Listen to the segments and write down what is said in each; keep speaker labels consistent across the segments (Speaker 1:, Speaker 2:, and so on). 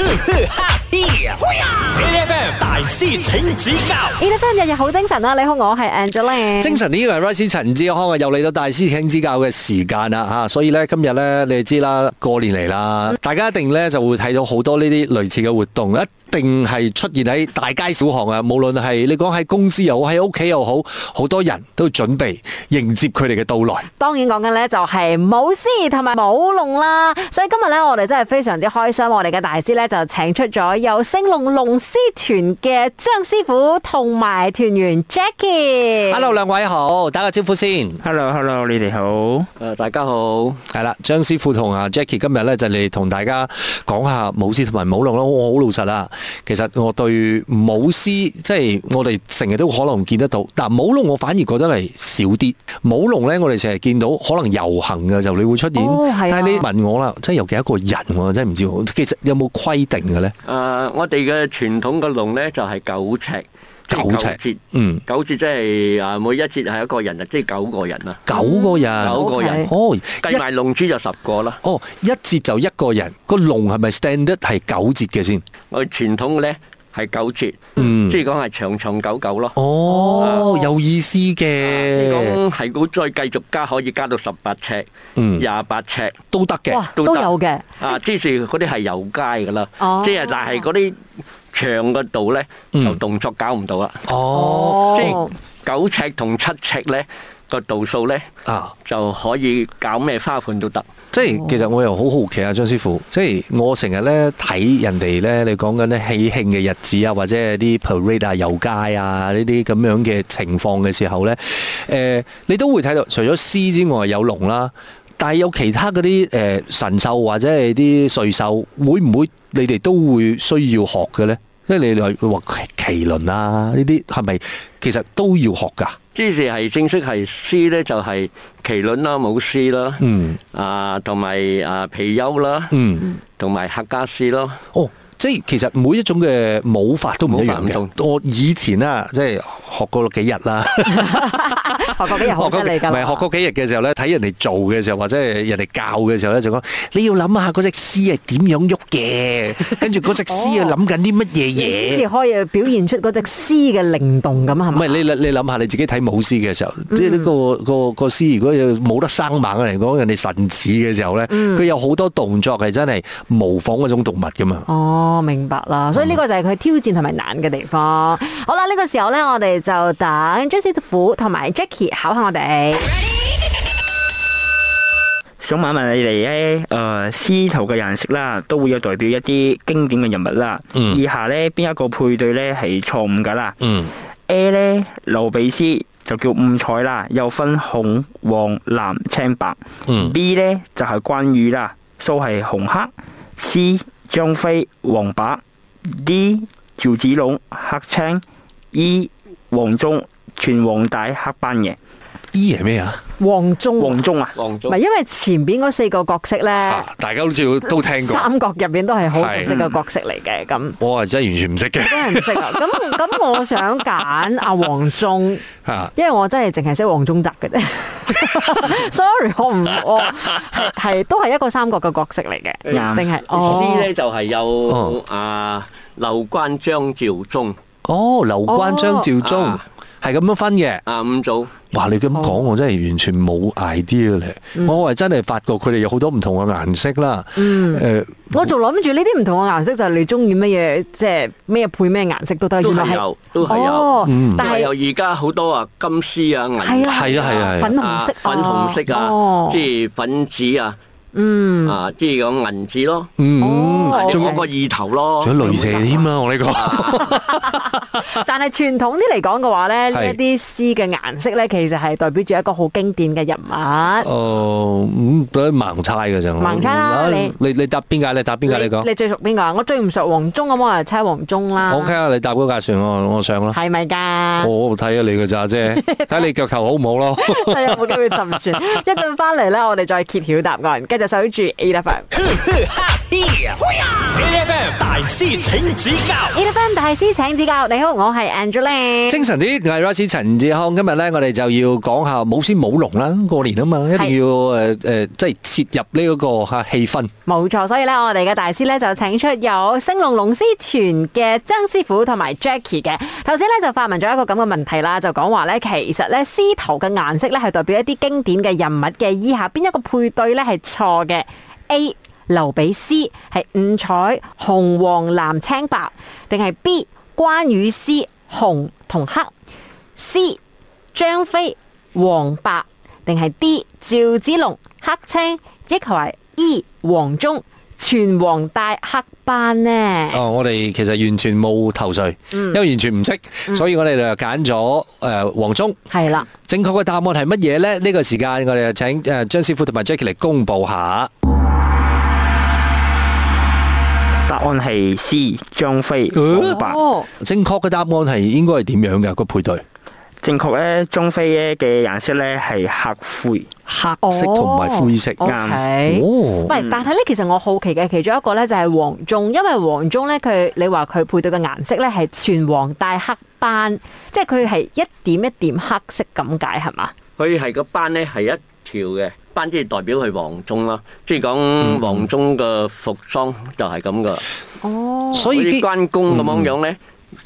Speaker 1: 哈！Here A F M 大師請指教
Speaker 2: ，E F M 日日好精神啊！你好，我係 Angeline。
Speaker 3: 精神呢個係 Rice 陳志康啊，又嚟到大師請指教嘅時間啦嚇，所以咧今日咧你哋知啦，過年嚟啦，大家一定咧就會睇到好多呢啲類似嘅活動，一定係出現喺大街小巷啊，無論係你講喺公司又好，喺屋企又好，好多人都準備迎接佢哋嘅到來。
Speaker 2: 當然講緊咧就係舞獅同埋舞龍啦，所以今日咧我哋真係非常之開心，我哋嘅大師咧就請出咗有星龍龍獅團嘅張師傅同埋團員 Jackie。
Speaker 3: Hello，兩位好，打個招呼先。
Speaker 4: Hello，Hello，你哋好。
Speaker 5: 誒，大家好。
Speaker 3: 係啦，張師傅同阿 à, Jackie 今日咧就嚟同大家講下舞獅同埋舞龍咯。我好老實啊，其實我對舞獅即係我哋成日都可能見得到，但舞龍我反而覺得係少啲。舞龍咧，我哋成日見到可能遊行嘅時候你會出現，
Speaker 2: 哦係啊
Speaker 3: 但係你問我啦，真係有幾多個人我真係唔知喎。其實有冇規定嘅咧？
Speaker 5: 誒、我哋嘅傳統嘅龍咧就係、九尺，即係
Speaker 3: 九尺
Speaker 5: 節，
Speaker 3: 嗯，
Speaker 5: 九節即係啊每一節係一個人，即係九個人啦。
Speaker 3: 九個人，
Speaker 5: 九個人
Speaker 2: OK
Speaker 3: 哦，
Speaker 5: 計
Speaker 3: 一
Speaker 5: 埋龍珠就十個啦。
Speaker 3: 哦一節就一個人，個龍係咪 standard 係九節嘅先？
Speaker 5: 我哋傳統嘅咧係九節，
Speaker 3: 嗯
Speaker 5: 即係講係長長久久咯。
Speaker 3: 哦，有意思嘅，
Speaker 5: 咁係估再繼續加，可以加到十八尺、
Speaker 3: 嗯
Speaker 5: 廿八尺。
Speaker 3: 都得嘅
Speaker 2: 哇，，
Speaker 5: 都
Speaker 2: 都
Speaker 5: 得
Speaker 2: 有嘅。
Speaker 5: 啊，即是嗰啲係遊街噶啦
Speaker 2: 哦，
Speaker 5: 即係但係嗰啲長嘅度咧就
Speaker 3: 嗯
Speaker 5: 動作搞唔到啦。
Speaker 3: 哦
Speaker 5: 即係九尺同七尺咧個度數咧。
Speaker 3: 啊。
Speaker 5: 就可以搞咩花款都得。
Speaker 3: 即係其實我又好好奇啊，張師傅，即係我成日咧睇人哋咧，你講緊咧喜慶嘅日子啊，或者係啲 parade 啊、遊街啊呢啲咁樣嘅情況嘅時候咧，誒、你都會睇到除咗獅之外有龍啦，但係有其他嗰啲誒神獸或者係啲瑞獸，會唔會你哋都會需要學嘅咧？即係你哋話麒麟啊呢啲係咪其實都要學㗎？
Speaker 5: 即是係正式係詩咧，就係麒麟啦、舞獅啦，
Speaker 3: 嗯
Speaker 5: 啊同埋啊貔貅啦，
Speaker 3: 嗯。
Speaker 5: 同埋客家詩咯。
Speaker 3: 哦，即係其實每一種嘅舞法都唔一樣
Speaker 5: 舞法唔
Speaker 3: 嘅。我以前啊，即係學過幾日啦，
Speaker 2: 學過幾日 好犀
Speaker 3: 過唔
Speaker 2: 利㗎啦。
Speaker 3: 係學過幾日嘅時候咧，睇人哋做嘅時候，或者係人哋教嘅時候咧，就講你要諗下嗰只獅係點樣喐嘅，跟住嗰只獅啊
Speaker 2: 哦
Speaker 3: 諗緊啲乜
Speaker 2: 先
Speaker 3: 嘢
Speaker 2: 至
Speaker 3: 嘢。
Speaker 2: 可以表現出嗰隻獅嘅靈動咁啊係
Speaker 3: 唔係
Speaker 2: 咪？
Speaker 3: 你你諗下你自己睇舞獅嘅時候，即係呢個個個獅如果有冇得生猛嚟講，人哋神似嘅時候咧，佢有好多動作係真係模仿嗰種動物噶嘛。
Speaker 2: 哦，明白啦，所以呢個就係佢挑戰同埋難嘅地方。好啦，呢、個時候呢，我哋就等 Jesse 虎同埋 Jackie 考下我哋。
Speaker 4: 想問一問你哋咧，誒、獅頭嘅顏色啦，都會有代表一啲經典嘅人物啦。
Speaker 3: 嗯
Speaker 4: 以下咧邊一個配對咧係錯誤㗎啦
Speaker 3: 嗯，
Speaker 4: ？A 咧劉備獅就叫五彩啦，又分紅、黃、藍、青、白。
Speaker 3: 嗯
Speaker 4: B 咧就係、關羽啦，蘇係紅黑。C 張飛黃白。D 趙子龍黑青。E 黃忠全黃帶黑斑嘅
Speaker 3: 依係咩啊？
Speaker 2: 黃忠，
Speaker 4: 黃忠啊！
Speaker 5: 黃
Speaker 2: 唔
Speaker 5: 總
Speaker 2: 係，因為前邊嗰四個角色呢，
Speaker 3: 啊大家好似都聽過。
Speaker 2: 三角入邊都係好熟
Speaker 3: 係
Speaker 2: 悉嘅角色嚟嘅，咁
Speaker 3: 我係真係完全唔識嘅
Speaker 2: 真係唔識啊！咁咁，我想揀阿黃忠。
Speaker 3: 嚇。
Speaker 2: 因為我真係淨係識黃宗澤嘅 啫 ，sorry，我唔我係係都係一個三角嘅角色嚟嘅，
Speaker 3: 嗯
Speaker 4: 啱
Speaker 2: 定係哦
Speaker 5: 詩咧就係有
Speaker 3: 哦
Speaker 5: 啊劉關張趙忠
Speaker 3: 哦，劉關張趙忠
Speaker 5: 啊
Speaker 3: 係咁樣分嘅。
Speaker 5: 啊五組。
Speaker 3: 哇！你咁講，我真係完全冇 idea 咧。我係真係發覺佢哋有好多唔同嘅顏色啦。
Speaker 2: 嗯
Speaker 3: 誒
Speaker 2: 我仲諗住呢啲唔同嘅顏色就係你中意乜嘢，即係咩配咩顏色都得，
Speaker 5: 都係
Speaker 2: 原來
Speaker 5: 有都係有
Speaker 2: 哦
Speaker 3: 嗯
Speaker 2: 但
Speaker 5: 但
Speaker 2: 係
Speaker 5: 又而家好多啊金絲啊銀
Speaker 2: 係啊
Speaker 3: 係啊係啊係啊
Speaker 2: 粉紅色啊
Speaker 5: 粉紅色
Speaker 2: 哦
Speaker 5: 啊，即係粉紫啊，
Speaker 2: 嗯
Speaker 5: 啊即係講銀紫咯，
Speaker 2: 哦
Speaker 3: 嗯，仲
Speaker 5: 仲
Speaker 3: 有
Speaker 5: 有個二頭咯，
Speaker 3: 仲有雷射添啊！我呢 個
Speaker 2: 但係傳統啲嚟講嘅話咧，呢
Speaker 3: 係
Speaker 2: 一啲詩嘅顏色咧，其實係代表住一個好經典嘅人物。
Speaker 3: 哦，嗯都係盲猜嘅啫。
Speaker 2: 盲猜啦
Speaker 3: 啊
Speaker 2: 你
Speaker 3: 你你搭邊架？你搭邊架？你講。
Speaker 2: 你最熟邊個啊？我最唔熟黃忠，咁我就猜黃忠啦。
Speaker 3: OK 啊，你搭嗰架船，我我 上啦。
Speaker 2: 係咪㗎？
Speaker 3: 我我睇下你嘅咋啫，睇你腳頭好唔好咯。
Speaker 2: 睇下有冇機會沉船？ 一陣翻嚟咧，我 哋再揭曉答案，繼續守住 A F M。
Speaker 1: ，A F M 大大師請指教。
Speaker 2: e l e p h a n 大師請指教，你好，我係 Angeline。
Speaker 3: 精神啲，我係 Rice 陳志康。今日咧，我哋就要講下舞獅舞龍啦，過年啊嘛，一定要誒誒，即係切入呢嗰個嚇氣氛。
Speaker 2: 冇錯，所以咧，我哋嘅大師咧就請出有星龍龍獅團嘅張師傅同埋 Jackie 嘅。頭先咧就發問咗一個咁嘅問題啦，就講話咧其實咧獅頭嘅顏色咧係代表一啲經典嘅人物嘅，以下邊一個配對咧係錯嘅？A 劉備獅係五彩紅黃藍青白，定係 B 關羽獅紅同黑？C 張飛黃白，定係 D 趙子龍黑青，亦或係 E 黃忠全黃帶黑斑呢？
Speaker 3: 哦，我哋其實完全冇頭緒，因為完全唔識，所以我哋就揀咗誒黃忠。
Speaker 2: 係啦，
Speaker 3: 正確嘅答案係乜嘢呢？呢、個時間我哋就請誒張師傅同埋 Jackie 嚟公佈下。
Speaker 4: 答案係 C，張飛黃白。
Speaker 2: 哦，
Speaker 3: 正確嘅答案係應該係點樣嘅個配對？
Speaker 4: 正確咧，張飛咧嘅顏色咧係黑灰。
Speaker 3: 黑色同埋灰色。
Speaker 2: 哦 OK
Speaker 3: 哦
Speaker 2: 喂，但係咧，其實我好奇嘅其中一個咧就係黃忠，因為黃忠咧佢你話佢配對嘅顏色咧係全黃帶黑斑，即係佢係一點一點黑色咁解係嘛？
Speaker 5: 佢係個斑咧係一條嘅，斑即係代表佢黃忠啦，即係
Speaker 3: 嗯
Speaker 5: 講黃忠嘅服裝就係咁噶。
Speaker 2: 哦，
Speaker 3: 所
Speaker 5: 好
Speaker 3: 以
Speaker 5: 似
Speaker 3: 嗯啲
Speaker 5: 關公咁樣樣咧，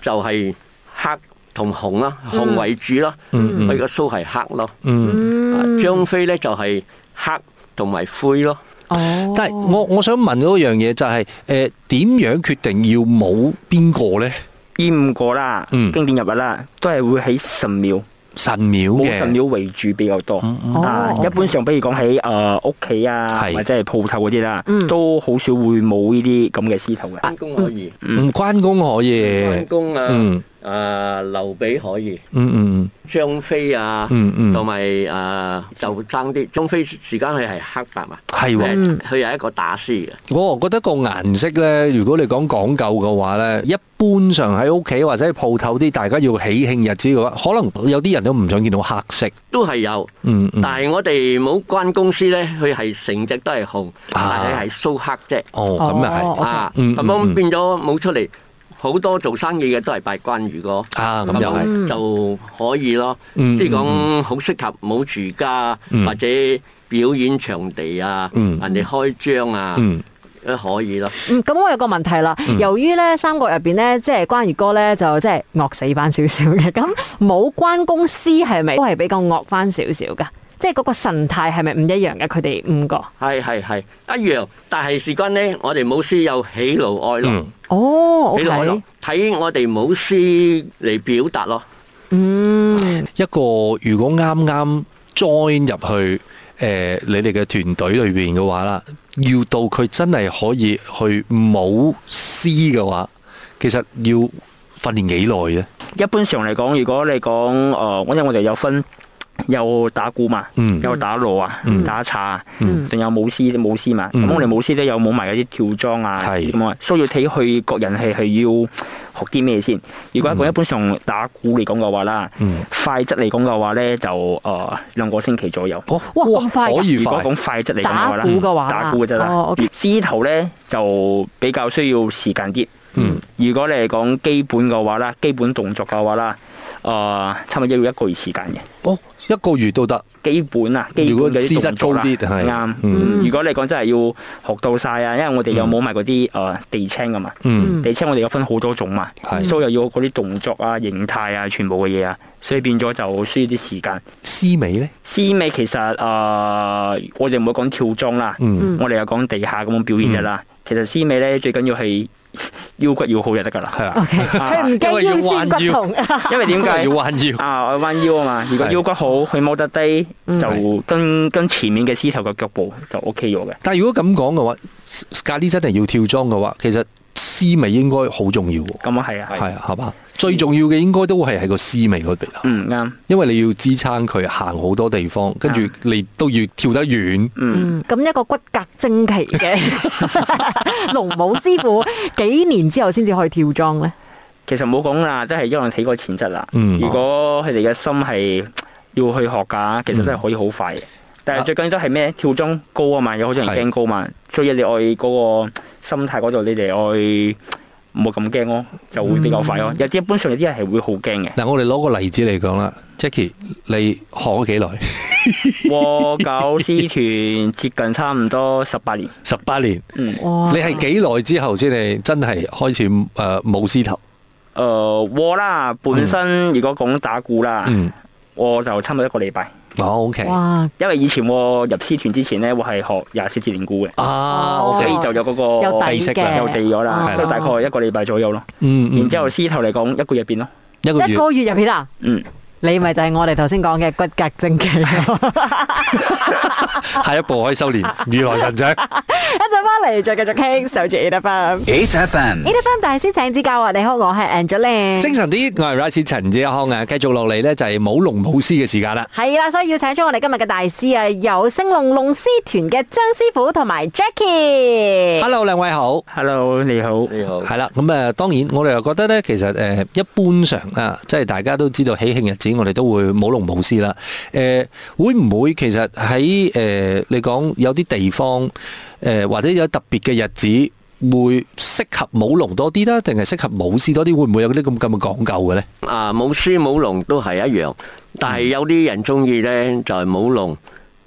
Speaker 5: 就係黑同紅啦，紅為主啦，佢個須係黑咯。
Speaker 3: 嗯，
Speaker 5: 啊張飛咧就係黑同埋灰咯。
Speaker 2: 哦，
Speaker 3: 但係我我想問嗰樣嘢就係誒點樣決定要冇邊個呢？
Speaker 4: 呢五個啦，
Speaker 3: 嗯
Speaker 4: 經典人物啦，都係會喺神廟、
Speaker 3: 神廟
Speaker 4: 冇
Speaker 3: 嘅
Speaker 4: 神廟為主比較多。啊
Speaker 2: 哦，
Speaker 4: 一般上，比如講喺誒屋企啊，
Speaker 3: 嗯係
Speaker 4: 或者係鋪頭嗰啲啦
Speaker 2: 嗯，
Speaker 4: 都好少會冇呢啲咁嘅獅頭
Speaker 3: 啊嗯
Speaker 5: 關
Speaker 4: 嘅。
Speaker 5: 公可以，
Speaker 3: 唔關公可以。
Speaker 5: 關公啊
Speaker 3: 嗯，
Speaker 5: 誒劉備可以，
Speaker 3: 嗯嗯
Speaker 5: 張飛啊，
Speaker 3: 嗯嗯
Speaker 5: 同埋誒就爭啲。張飛時間佢係黑白啊，
Speaker 3: 係喎。
Speaker 5: 誒佢係一個打獅嘅。
Speaker 3: 我覺得個顏色呢，如果你講講究嘅話呢，一般上喺屋企或者喺鋪頭啲，大家要喜慶日子嘅話，可能有啲人都唔想見到黑色。
Speaker 5: 都係有，
Speaker 3: 嗯嗯
Speaker 5: 但係我哋冇關公司咧，佢係成隻都係紅，
Speaker 3: 啊
Speaker 5: 但係係蘇黑啫。
Speaker 3: 哦，咁又係。
Speaker 2: 哦
Speaker 5: 啊，
Speaker 3: 嗯
Speaker 5: 咁
Speaker 3: 嗯嗯
Speaker 5: 樣變咗冇出嚟，好多做生意嘅都係拜關羽個。
Speaker 3: 啊，咁
Speaker 5: 咁
Speaker 3: 又係。
Speaker 5: 樣就可以咯，
Speaker 3: 嗯
Speaker 5: 即係講好適合舞住家
Speaker 3: 嗯
Speaker 5: 或者表演場地啊，
Speaker 3: 嗯
Speaker 5: 人哋開張啊，
Speaker 3: 嗯，
Speaker 5: 都可以咯。
Speaker 2: 嗯，咁我有個問題啦。由於咧三國入邊咧，即係關羽哥咧就即係惡死翻少少嘅，咁 冇關公師係咪都係比較惡翻少少噶？即係嗰個神態係咪唔一樣嘅？佢哋五個
Speaker 5: 係係係一樣，但係事關呢，我哋舞獅有喜怒哀樂，
Speaker 3: 嗯
Speaker 2: 哦
Speaker 5: 喜怒哀樂
Speaker 2: ，OK，
Speaker 5: 睇我哋舞獅嚟表達咯。
Speaker 2: 嗯，
Speaker 3: 一個如果啱啱 join 入去誒、呃你哋嘅團隊裏邊嘅話啦，要到佢真係可以去冇師嘅話，其實要訓練幾耐咧？
Speaker 4: 一般上嚟講，如果你講誒，呃因為我哋有分有打鼓嘛，
Speaker 3: 嗯
Speaker 4: 有打鑼啊，打茶啊，
Speaker 2: 嗯
Speaker 4: 仲有舞獅舞獅嘛。
Speaker 3: 嗯
Speaker 4: 咁我哋舞獅都有舞埋嗰啲跳裝啊，
Speaker 3: 係
Speaker 4: 咁啊，所以要睇佢各人係係要學啲咩先。如果一個一般上打鼓嚟講嘅話啦
Speaker 3: 嗯，
Speaker 4: 快質嚟講嘅話咧，就誒兩個星期左右。
Speaker 3: 哦
Speaker 2: 哇咁快㗎
Speaker 3: 可以
Speaker 4: 如果
Speaker 3: 快，
Speaker 4: 講快質嚟講嘅話啦，
Speaker 2: 打鼓嘅話
Speaker 4: 打鼓嘅啫
Speaker 2: 哦
Speaker 4: 啦
Speaker 2: ，OK。
Speaker 4: 獅頭咧就比較需要時間啲。
Speaker 3: 嗯，
Speaker 4: 如果你係講基本嘅話啦，基本動作嘅話啦，誒差唔多要一個月時間嘅。
Speaker 3: 哦一個月都得，
Speaker 4: 基本啊，基
Speaker 3: 如果
Speaker 4: 本嗰啲動作啦
Speaker 3: 資質高啲係
Speaker 4: 啱。
Speaker 3: 嗯
Speaker 4: 如果你講真係要學到晒啊，因為我哋有冇埋嗰啲誒地青噶啊嘛，
Speaker 3: 嗯
Speaker 2: 嗯
Speaker 4: 地青我哋有分好多種嘛，
Speaker 3: 係
Speaker 4: 所以又要嗰啲動作啊、形態啊、全部嘅嘢啊，所以變咗就需要啲時間。
Speaker 3: 師尾咧，
Speaker 4: 獅尾其實誒、呃我哋唔會講跳裝啦，
Speaker 3: 嗯
Speaker 4: 我哋又講地下咁樣表現嘅啦。其實獅尾咧最緊要係腰骨要好就得㗎啦。
Speaker 3: 係 啊，
Speaker 2: 佢唔
Speaker 3: 因
Speaker 2: 驚
Speaker 3: 為要
Speaker 2: 腰酸骨
Speaker 3: 彎腰
Speaker 2: 痛，
Speaker 4: 因為點
Speaker 3: 點解
Speaker 4: 解
Speaker 3: 要彎 腰？
Speaker 4: 啊彎腰啊嘛？如果
Speaker 3: 係
Speaker 4: 腰骨好，佢摸得低，就
Speaker 3: 係
Speaker 4: 跟跟前面嘅獅頭嘅腳步就 O K 咗嘅。
Speaker 3: 但係如果咁講嘅話，咖喱真係要跳裝嘅話，其實師尾應該好重要喎。
Speaker 4: 咁啊係啊，
Speaker 3: 係啊，係嘛？最重要嘅應該都係喺個思味嗰邊啊，
Speaker 4: 嗯啱，
Speaker 3: 因為你要支撐佢行好多地方，跟住
Speaker 4: 啊
Speaker 3: 你都要跳得遠。
Speaker 4: 嗯
Speaker 2: 嗯，咁一個骨骼精奇嘅 龍武師傅，幾年之後先至可以跳裝咧？
Speaker 4: 其實冇講啦，都係一樣睇個潛質啦。
Speaker 3: 嗯
Speaker 4: 如果佢哋嘅心係要去學㗎，其實真係可以好快
Speaker 3: 嗯
Speaker 4: 嘅。但係最緊要都係咩？跳中高啊嘛，有好多人
Speaker 3: 啊係。
Speaker 4: 驚高嘛，所以你愛嗰個心態嗰度，你哋愛冇咁驚咯，就會比較快咯。有啲一般上有啲人係會好驚嘅
Speaker 3: 嗱，我哋攞個例子嚟講啦，Jackie，你學咗幾耐？
Speaker 4: 和九師團接近差唔多十八年，
Speaker 3: 十八年，
Speaker 4: 嗯，誒、
Speaker 2: 哇
Speaker 3: 你係幾耐之後先係真係開始诶冇獅頭？
Speaker 4: 呃和啦，本身如果講打鼓啦，
Speaker 3: 嗯，
Speaker 4: 我就差唔多一個禮拜，
Speaker 3: 哦，OK，
Speaker 2: 哇，
Speaker 4: 因為以前我入師團之前咧，我係學廿四節練鼓嘅，
Speaker 3: 啊
Speaker 2: 哦
Speaker 4: 所
Speaker 3: ，OK，
Speaker 4: 以就有嗰、
Speaker 2: 有
Speaker 4: 個
Speaker 2: 底
Speaker 3: 底色
Speaker 2: 嘅，
Speaker 3: 啦
Speaker 4: 有地咗啦，
Speaker 2: 哦
Speaker 4: 所以大概一個禮拜左右咯。
Speaker 3: 嗯嗯，
Speaker 4: 然之後師頭嚟講一個月入邊咯，
Speaker 3: 一個
Speaker 2: 一
Speaker 3: 月，
Speaker 2: 個月入片啊！
Speaker 4: 嗯，
Speaker 2: 你咪就係我哋頭先講嘅骨骼精奇，一陣啊
Speaker 3: 下一步可以修炼，如來神 掌。
Speaker 2: 翻嚟再繼續傾，守住 A F M。
Speaker 1: 8FM
Speaker 2: A F M 大師請指教啊！你好，我係 Angeline。
Speaker 3: 精神啲，我係 Rice 陳志康啊，繼續落嚟咧就係舞龍舞獅嘅時間啦。
Speaker 2: 係啦，所以要請出我哋今日嘅大師啊，有星龍龍獅團嘅張師傅同埋 Jackie。
Speaker 3: Hello，兩位好。
Speaker 4: Hello，你好。
Speaker 5: 你好，
Speaker 3: 係啦，咁啊，當然我哋又覺得咧，其實誒一般上啊，即係大家都知道喜慶日子，我哋都會舞龍舞獅啦。誒、會唔會其實喺誒、呃你講有啲地方誒、或者有特別嘅日子會適合舞龍多啲啦，定係適合舞獅多啲？會唔會有啲咁咁嘅講究嘅咧？
Speaker 5: 啊，舞獅舞龍都係一樣，但係有啲人中意呢，就係舞龍，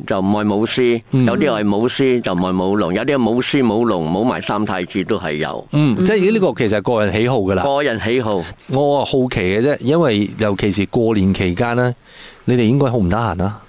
Speaker 5: 就唔愛舞獅；
Speaker 3: 嗯
Speaker 5: 有啲係舞獅就唔愛舞龍，有啲係舞獅舞龍，舞埋三太子都係有。
Speaker 3: 嗯，即係呢個其實係個人喜好㗎啦。
Speaker 5: 個人喜好，
Speaker 3: 我啊好奇嘅啫，因為尤其是過年期間咧，你哋應該好唔得閒啦，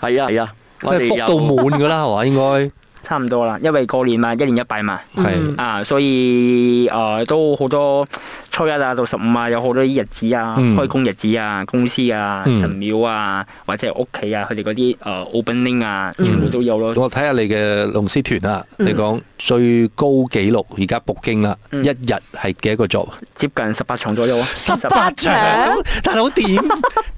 Speaker 5: 係啊係啊，
Speaker 3: 因
Speaker 5: 我哋
Speaker 3: 為 book 到
Speaker 5: 有
Speaker 3: 滿㗎啦，係嘛？應該
Speaker 4: 差唔多啦，因為過年嘛，一年一拜嘛，
Speaker 5: 嗯
Speaker 3: 係
Speaker 4: 啊，所以誒、呃都好多初一啊到十五啊，有好多啲日子啊，
Speaker 3: 嗯
Speaker 4: 開工日子啊，公司啊、
Speaker 3: 嗯
Speaker 4: 神廟啊，或者係屋企啊，佢哋嗰啲誒 opening 啊，
Speaker 3: 嗯
Speaker 4: 全部都有咯。
Speaker 3: 我睇下你嘅龍獅團啊，
Speaker 2: 嗯
Speaker 3: 你講最高紀錄而家北京啦，一日係幾多個 job？
Speaker 4: 接近十八場左右啊，十
Speaker 2: 八場
Speaker 3: 大佬 點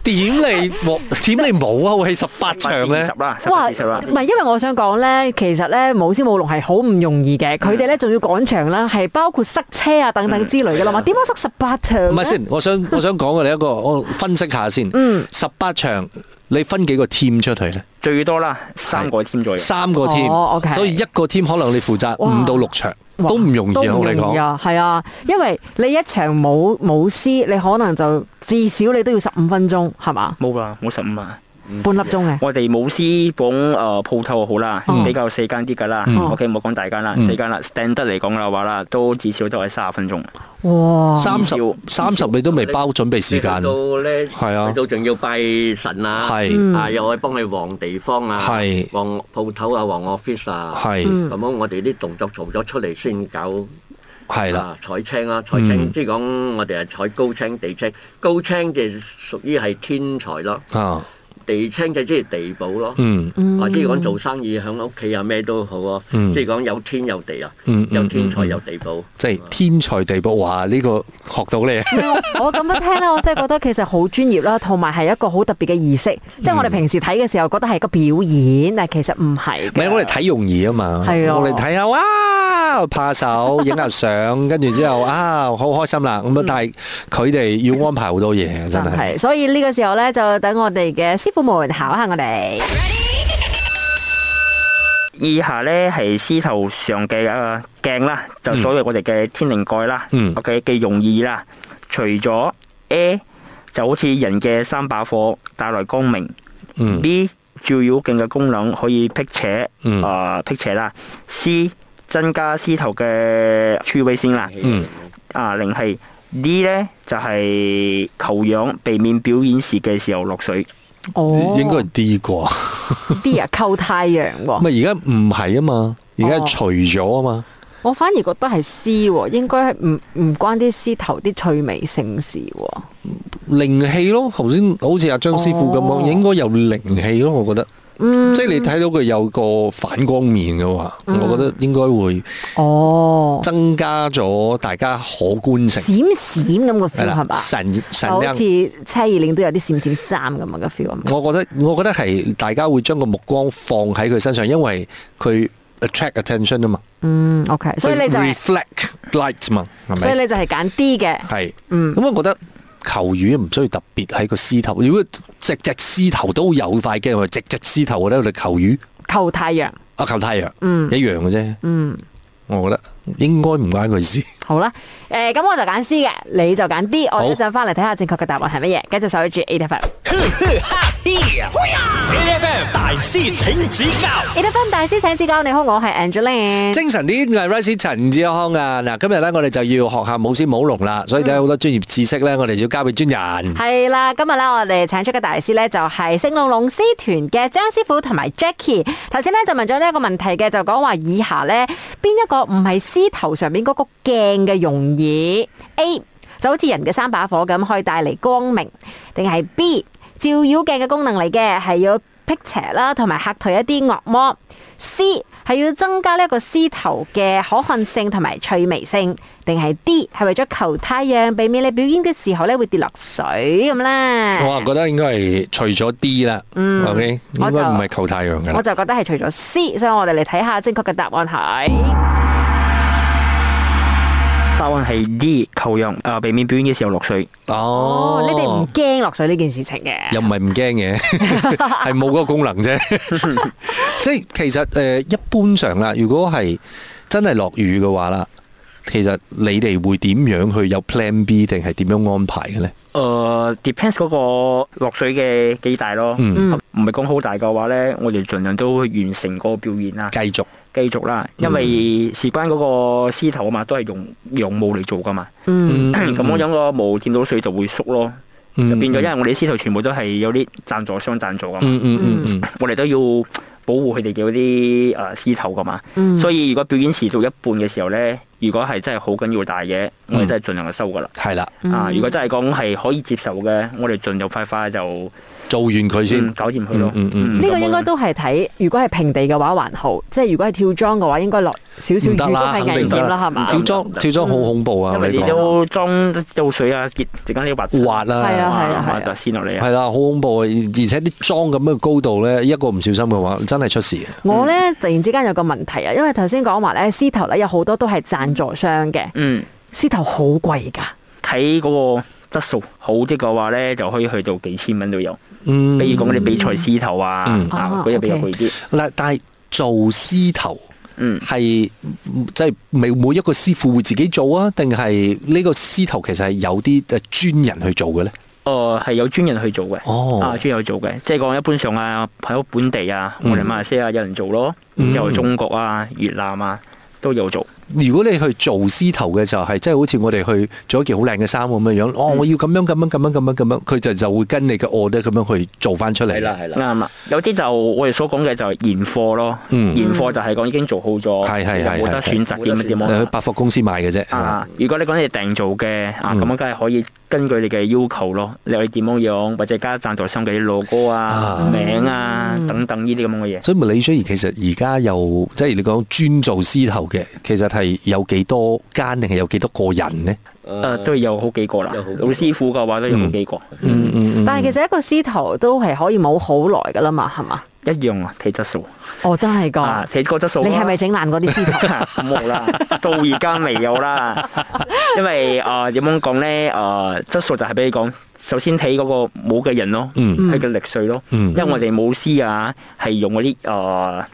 Speaker 3: 點你冇點你冇啊？會係十八場
Speaker 4: 二
Speaker 3: 咧
Speaker 4: 十？啦，十
Speaker 2: 哇，
Speaker 4: 八
Speaker 2: 唔
Speaker 4: 至十啦。
Speaker 2: 係，因為我想講咧，其實咧舞獅舞龍係好唔容易嘅，佢哋咧仲要趕場啦，係包括塞車啊等等之類嘅啦嘛，點解塞十八場呢？
Speaker 3: 嗯唔係先，我想我想講嘅你一個，我分析下先。
Speaker 2: 嗯
Speaker 3: 十八場你分幾個 team 出去咧？
Speaker 4: 最多啦，三個 team 左右。
Speaker 3: 三個 team，、
Speaker 2: 哦，OK
Speaker 3: 所以一個 team 可能你負責
Speaker 2: 哇
Speaker 3: 五到六場，
Speaker 2: 哇
Speaker 3: 都唔容易
Speaker 2: 都
Speaker 3: 啊！
Speaker 2: 唔
Speaker 3: 我哋
Speaker 2: 容易
Speaker 3: 講，
Speaker 2: 啊，係啊，因為你一場舞舞獅，你可能就至少你都要十五分鐘，係嘛，
Speaker 4: 冇啦，冇十五啊！
Speaker 3: 嗯
Speaker 2: 半粒鐘嘅。
Speaker 4: 我哋舞獅講誒呃鋪頭好啦，
Speaker 2: 嗯
Speaker 4: 比較細間啲㗎啦。
Speaker 2: 嗯
Speaker 4: OK，冇講大間啦，
Speaker 3: 哦嗯
Speaker 4: 細間啦。stand 得嚟講嘅話啦，都至少都係三十分鐘。
Speaker 2: 哇！
Speaker 3: 三十
Speaker 4: 要
Speaker 3: 三十你都未包準備時間
Speaker 5: 去，到咧，
Speaker 3: 係啊
Speaker 5: 去到仲要拜神啊，
Speaker 3: 係
Speaker 5: 啊又可以幫佢旺地方啊，
Speaker 3: 係
Speaker 5: 旺鋪頭啊，旺 office 啊，
Speaker 3: 係
Speaker 5: 咁樣我哋啲動作做咗出嚟先搞。
Speaker 3: 係啦，
Speaker 5: 啊，彩青啦，彩青
Speaker 3: 嗯
Speaker 5: 即係講我哋係採高青、地青，高青就屬於係天才咯，
Speaker 3: 啊，
Speaker 5: 地青就即係地保咯。
Speaker 3: 嗯
Speaker 5: 或者講做生意喺屋企啊咩都好啊，
Speaker 3: 嗯
Speaker 5: 即係講有天有地啊，
Speaker 3: 嗯嗯
Speaker 5: 有天才
Speaker 3: 嗯嗯
Speaker 5: 有地保。啊
Speaker 3: 即係天才地步，哇！呢個學到 你啊，
Speaker 2: 我我咁樣聽咧，我真係覺得其實好專業啦，同埋係一個好特別嘅儀式。
Speaker 3: 嗯
Speaker 2: 即係我哋平時睇嘅時候覺得係個表演，但係其實唔係
Speaker 3: 唔係
Speaker 2: 嘅。
Speaker 3: 我哋睇容易啊嘛，
Speaker 2: 係啊
Speaker 3: 我哋睇下哇，拍手影下相，跟住之後啊，好開心啦咁啊！但係佢哋要安排好多嘢，真
Speaker 2: 嗯真
Speaker 3: 係。
Speaker 2: 係，所以呢個時候咧，就等我哋嘅師傅們考下我哋。
Speaker 4: 以下咧係獅頭上嘅誒鏡啦，就所謂我哋嘅天靈蓋啦。
Speaker 3: 嗯
Speaker 4: OK 嘅用意啦，除咗 A 就好似人嘅三把火帶來光明、
Speaker 3: 嗯
Speaker 4: b 照妖鏡嘅功能可以辟邪，
Speaker 3: 嗯
Speaker 4: 啊辟邪啦。C 增加獅頭嘅趣味性啦，
Speaker 3: 嗯
Speaker 4: 啊靈氣。D 咧就係、求氧，避免表演時嘅時候落水。
Speaker 2: 哦，
Speaker 3: 應該係 D 啩，
Speaker 2: 啲啊，靠太陽
Speaker 3: 唔
Speaker 2: 喎。
Speaker 3: 係而家唔係啊嘛，而家
Speaker 2: 哦
Speaker 3: 係除咗啊嘛。
Speaker 2: 我反而覺得係絲喎，應該係唔唔關啲絲頭啲趣味性事喎。
Speaker 3: 靈氣咯，頭先好似阿張師傅咁
Speaker 2: 哦
Speaker 3: 講，應該有靈氣咯，我覺得，
Speaker 2: 嗯
Speaker 3: 即係你睇到佢有個反光面嘅話，我
Speaker 2: 嗯
Speaker 3: 覺得應該會
Speaker 2: 哦，
Speaker 3: 增加咗大家可觀性，
Speaker 2: 閃閃咁嘅
Speaker 3: 係
Speaker 2: feel
Speaker 3: 啦
Speaker 2: 係，嘛？
Speaker 3: 神
Speaker 2: 就
Speaker 3: 神
Speaker 2: 好
Speaker 3: 亮
Speaker 2: 似。車二令都有啲閃閃衫咁樣嘅 feel 啊。
Speaker 3: 我覺得我覺得係大家會將個目光放喺佢身上，因為佢 attract attention 啊嘛，
Speaker 2: 嗯，OK，所以你就係，
Speaker 3: 佢 reflect light 嘛，係
Speaker 2: 所以
Speaker 3: 咪？
Speaker 2: 你就係揀 D 嘅。
Speaker 3: 係，
Speaker 2: 嗯
Speaker 3: 咁我覺得。球魚唔需要特別喺個獅頭，如果隻隻獅頭都有塊鏡，咪隻隻獅頭我覺得我哋球魚
Speaker 2: 求太陽，
Speaker 3: 啊，靠太陽，
Speaker 2: 嗯
Speaker 3: 一樣嘅啫。
Speaker 2: 嗯，
Speaker 3: 我覺得應該唔關佢事。
Speaker 2: 好啦，诶、咁我就揀 C 嘅，你就揀 D。我
Speaker 3: 好
Speaker 2: 一陣翻嚟睇下正確嘅答案係乜嘢，繼續守住 A F M。
Speaker 1: A F M 大師請指教
Speaker 2: A F M 大師請指教，你好，我係 Angeline。
Speaker 3: 精神啲，我系 Rice 陳志康啊！嗱，今日咧我哋就要學下舞獅舞龍啦，所以
Speaker 2: 嗯
Speaker 3: 咧好多專業知識咧，我哋要交俾專人。
Speaker 2: 係啦，今日咧我哋請出嘅大師咧就係聖龍龍獅團嘅張師傅同埋 Jackie。頭先咧就問咗呢一個問題嘅，就講話以下咧邊一個唔係獅頭上面嗰個鏡嘅用意？A 就好似人嘅三把火咁，可以帶嚟光明，定係 B 照妖鏡嘅功能嚟嘅，係要辟邪啦，同埋嚇退一啲惡魔。C 係要增加呢一個獅頭嘅可看性同埋趣味性，定係 D 係為咗求太陽，避免你表演嘅時候咧會跌落水咁
Speaker 3: 我啊
Speaker 2: 啦。
Speaker 3: 覺得應該係除咗 D 啦，OK，
Speaker 2: 嗯我
Speaker 3: 應
Speaker 2: 就
Speaker 3: 該唔係求太陽噶
Speaker 2: 我
Speaker 3: 啦。
Speaker 2: 就覺得係除咗 C，所以我哋嚟睇下正確嘅答案係
Speaker 4: 答案係 D 求陽，啊避免表演嘅時候落水。
Speaker 2: 哦，你哋唔驚落水呢件事情嘅
Speaker 3: 又。唔係唔驚嘅， 係冇嗰個功能啫。即係其實誒、呃一般上啦，如果係真係落雨嘅話啦，其實你哋會點樣去有 Plan B 定係點樣安排嘅咧？
Speaker 4: 誒、depends 呃嗰個落水嘅幾大咯。
Speaker 3: 嗯
Speaker 4: 唔係講好大嘅話呢，我哋盡量都去完成個表演啦，
Speaker 3: 繼續
Speaker 4: 繼續啦，因
Speaker 3: 嗯
Speaker 4: 為事關嗰個獅頭啊嘛，都係用用毛嚟做噶嘛。
Speaker 2: 嗯，
Speaker 3: 嗯
Speaker 4: 咁我樣個毛見到水就會縮咯，就變咗，因為我哋啲獅頭全部都係有啲贊助商贊助噶嘛，
Speaker 3: 嗯嗯嗯嗯
Speaker 4: 我哋都要保護佢哋嘅嗰啲誒獅頭噶嘛。
Speaker 2: 嗯
Speaker 4: 所以如果表演遲到一半嘅時候呢，如果係真係好緊要大嘅，我哋真係盡量就收噶啦。
Speaker 3: 係啦，
Speaker 4: 啊，如果真係講係可以接受嘅，我哋盡量快快就
Speaker 3: 做完佢先。
Speaker 4: 嗯搞掂佢咯。
Speaker 3: 嗯嗯嗯
Speaker 2: 呢個應該都係睇，如果係平地嘅話還好，即係如果係跳樁嘅話，應該落少少
Speaker 3: 唔
Speaker 2: 雨都
Speaker 3: 得啦，
Speaker 2: 係
Speaker 3: 肯
Speaker 2: 危
Speaker 3: 定
Speaker 2: 險啦，係嘛？嗯
Speaker 3: 跳裝跳裝好恐怖啊！我
Speaker 4: 因為
Speaker 3: 哋
Speaker 4: 你
Speaker 3: 講
Speaker 4: 都裝到水啊，結陣間你滑
Speaker 3: 滑啦，
Speaker 2: 係啊係啊係啊
Speaker 4: 滑就先落嚟
Speaker 3: 係
Speaker 4: 啊。
Speaker 3: 啦，好恐怖啊！而而且啲裝咁嘅高度咧，一個唔小心嘅話，真係出事嘅。
Speaker 2: 我咧突然之間有個問題啊，因為頭先講話咧，獅頭咧有好多都係贊助商嘅，
Speaker 4: 嗯，
Speaker 2: 獅頭好貴㗎。
Speaker 4: 睇嗰個質素好啲嘅話咧，就可以去到幾千蚊都有。
Speaker 3: 嗯
Speaker 4: 比如講嗰啲比賽獅頭啊
Speaker 3: 嗯，
Speaker 4: 啊
Speaker 2: 哦
Speaker 4: 嗰啲比較
Speaker 2: OK
Speaker 4: 貴啲。
Speaker 3: 嗱，但係做獅頭
Speaker 4: 嗯，
Speaker 3: 係即係每每一個師傅會自己做啊，定係呢個獅頭其實係有啲誒專人去做嘅咧？
Speaker 4: 哦，係有專人去做嘅。
Speaker 3: 哦
Speaker 4: 啊，專人去做嘅，即係講一般上啊，喺本地啊，
Speaker 3: 嗯
Speaker 4: 我哋馬來西亞有人做咯，
Speaker 3: 嗯
Speaker 4: 然之後中國啊、越南啊都有做。
Speaker 3: 如果你去做獅頭嘅就係、即係好似我哋去做一件好靚嘅衫咁樣樣，哦，我要咁樣咁樣咁樣咁樣咁樣，佢就就會跟你嘅 order 咁樣去做翻出嚟。
Speaker 5: 係啦，係啦。
Speaker 4: 啱啦，有啲就我哋所講嘅就係現貨咯，
Speaker 3: 嗯
Speaker 4: 現貨就係講已經做好咗，
Speaker 3: 係係
Speaker 4: 你就
Speaker 3: 係
Speaker 4: 冇得
Speaker 3: 係
Speaker 4: 選擇點樣點
Speaker 3: 你去
Speaker 4: 樣。
Speaker 3: 百貨公司買嘅啫。係嘛
Speaker 4: 啊，如果你講你訂做嘅啊，咁樣梗係可以根據你嘅要求咯，你可以點樣樣，或者加贊助商嘅啲 logo
Speaker 3: 啊
Speaker 4: 啊、名啊
Speaker 2: 嗯
Speaker 4: 等等呢啲咁樣嘅嘢。
Speaker 3: 所以咪李雖然其實而家又即係你講專做獅頭嘅，其實係有幾多間定係有幾多個人呢？
Speaker 4: 誒啊都有好幾個啦
Speaker 5: 有好幾，個
Speaker 4: 老師傅嘅話都有好幾個，
Speaker 3: 嗯嗯
Speaker 2: 但係其實一個獅頭都係可以冇好耐㗎啦嘛，係嘛？
Speaker 4: 一樣啊，睇質素
Speaker 2: 哦，真係
Speaker 4: 啊
Speaker 2: 㗎，，
Speaker 4: 睇個質素
Speaker 2: 你
Speaker 4: 啊
Speaker 2: 係咪整爛嗰啲 獅頭？
Speaker 4: 冇啦，到而家未有啦，因為誒點樣講咧誒質素就係俾你講，首先睇嗰個冇嘅人咯，
Speaker 3: 嗯
Speaker 4: 佢嘅力水咯，
Speaker 3: 嗯
Speaker 4: 因為我哋舞獅啊係用嗰啲誒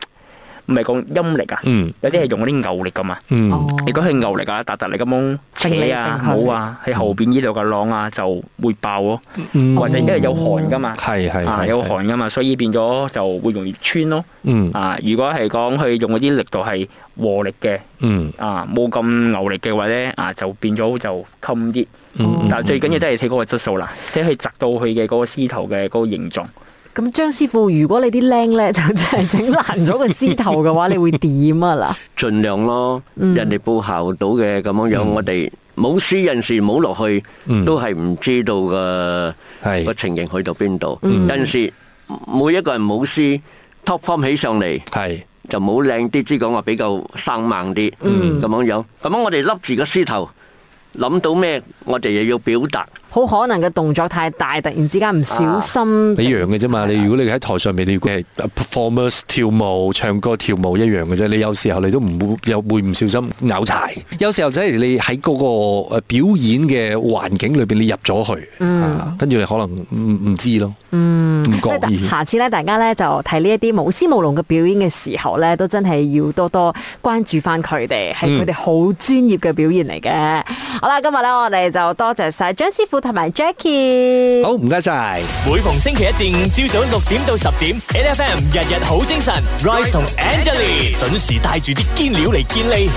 Speaker 4: 唔係講陰力啊，
Speaker 3: 嗯
Speaker 4: 有啲係用嗰啲牛力噶嘛。
Speaker 3: 嗯
Speaker 2: 哦
Speaker 4: 如果係牛力啊，突突力咁樣
Speaker 2: 掟
Speaker 4: 扯啊、
Speaker 2: 嚟掟去
Speaker 4: 冇啊，喺後邊呢度嘅浪啊就會爆咯，
Speaker 3: 嗯
Speaker 4: 或者因為有寒噶嘛，
Speaker 3: 係係
Speaker 4: 啊
Speaker 3: 係
Speaker 4: 有寒噶嘛，所以變咗就會容易穿咯。
Speaker 3: 嗯
Speaker 4: 啊，如果係講佢用嗰啲力度係和力嘅。
Speaker 3: 嗯
Speaker 4: 啊冇咁牛力嘅話咧，啊就變咗就襟啲。
Speaker 3: 嗯
Speaker 4: 但係最緊要都係睇嗰個質素啦，睇佢擲到佢嘅嗰個獅頭嘅嗰個形狀。
Speaker 2: 咁張師傅，如果你啲僆咧就真係整爛咗個獅頭嘅話，你會點啊啦？
Speaker 5: 盡量咯，人哋報效到嘅咁樣樣，我哋冇私人事冇落去
Speaker 3: 嗯，
Speaker 5: 都係唔知道嘅
Speaker 3: 係
Speaker 5: 個情形去到邊度。有陣時每一個人冇私 top form 起上嚟
Speaker 3: 係
Speaker 5: 就冇靚啲，即係講話比較生猛啲咁樣樣。咁樣我哋笠住個獅頭，諗到咩我哋又要表達。
Speaker 2: 好可能嘅動作太大，突然之間唔小心。
Speaker 3: 啊你一樣嘅啫嘛。你如果你喺台上面，你係 performers 跳舞、唱歌、跳舞一樣嘅啫。你有時候你都唔會又會唔小心拗柴。有時候即係你喺嗰個呃表演嘅環境裏邊，你入咗去，啊跟住你可能唔唔知咯，唔覺
Speaker 2: 所以
Speaker 3: 意。
Speaker 2: 下次咧，大家咧就睇呢一啲舞獅舞龍嘅表演嘅時候咧，都真係要多多關注翻佢哋，係佢哋好專業嘅表現嚟嘅。好啦，今日咧我哋就多謝晒張師傅同埋 Jackie。
Speaker 3: 好，唔該晒。
Speaker 1: 每逢星期一至五朝早六點到十點，N F M 日日好精神，Rise 同 Angelie 準時帶住啲堅料嚟健利。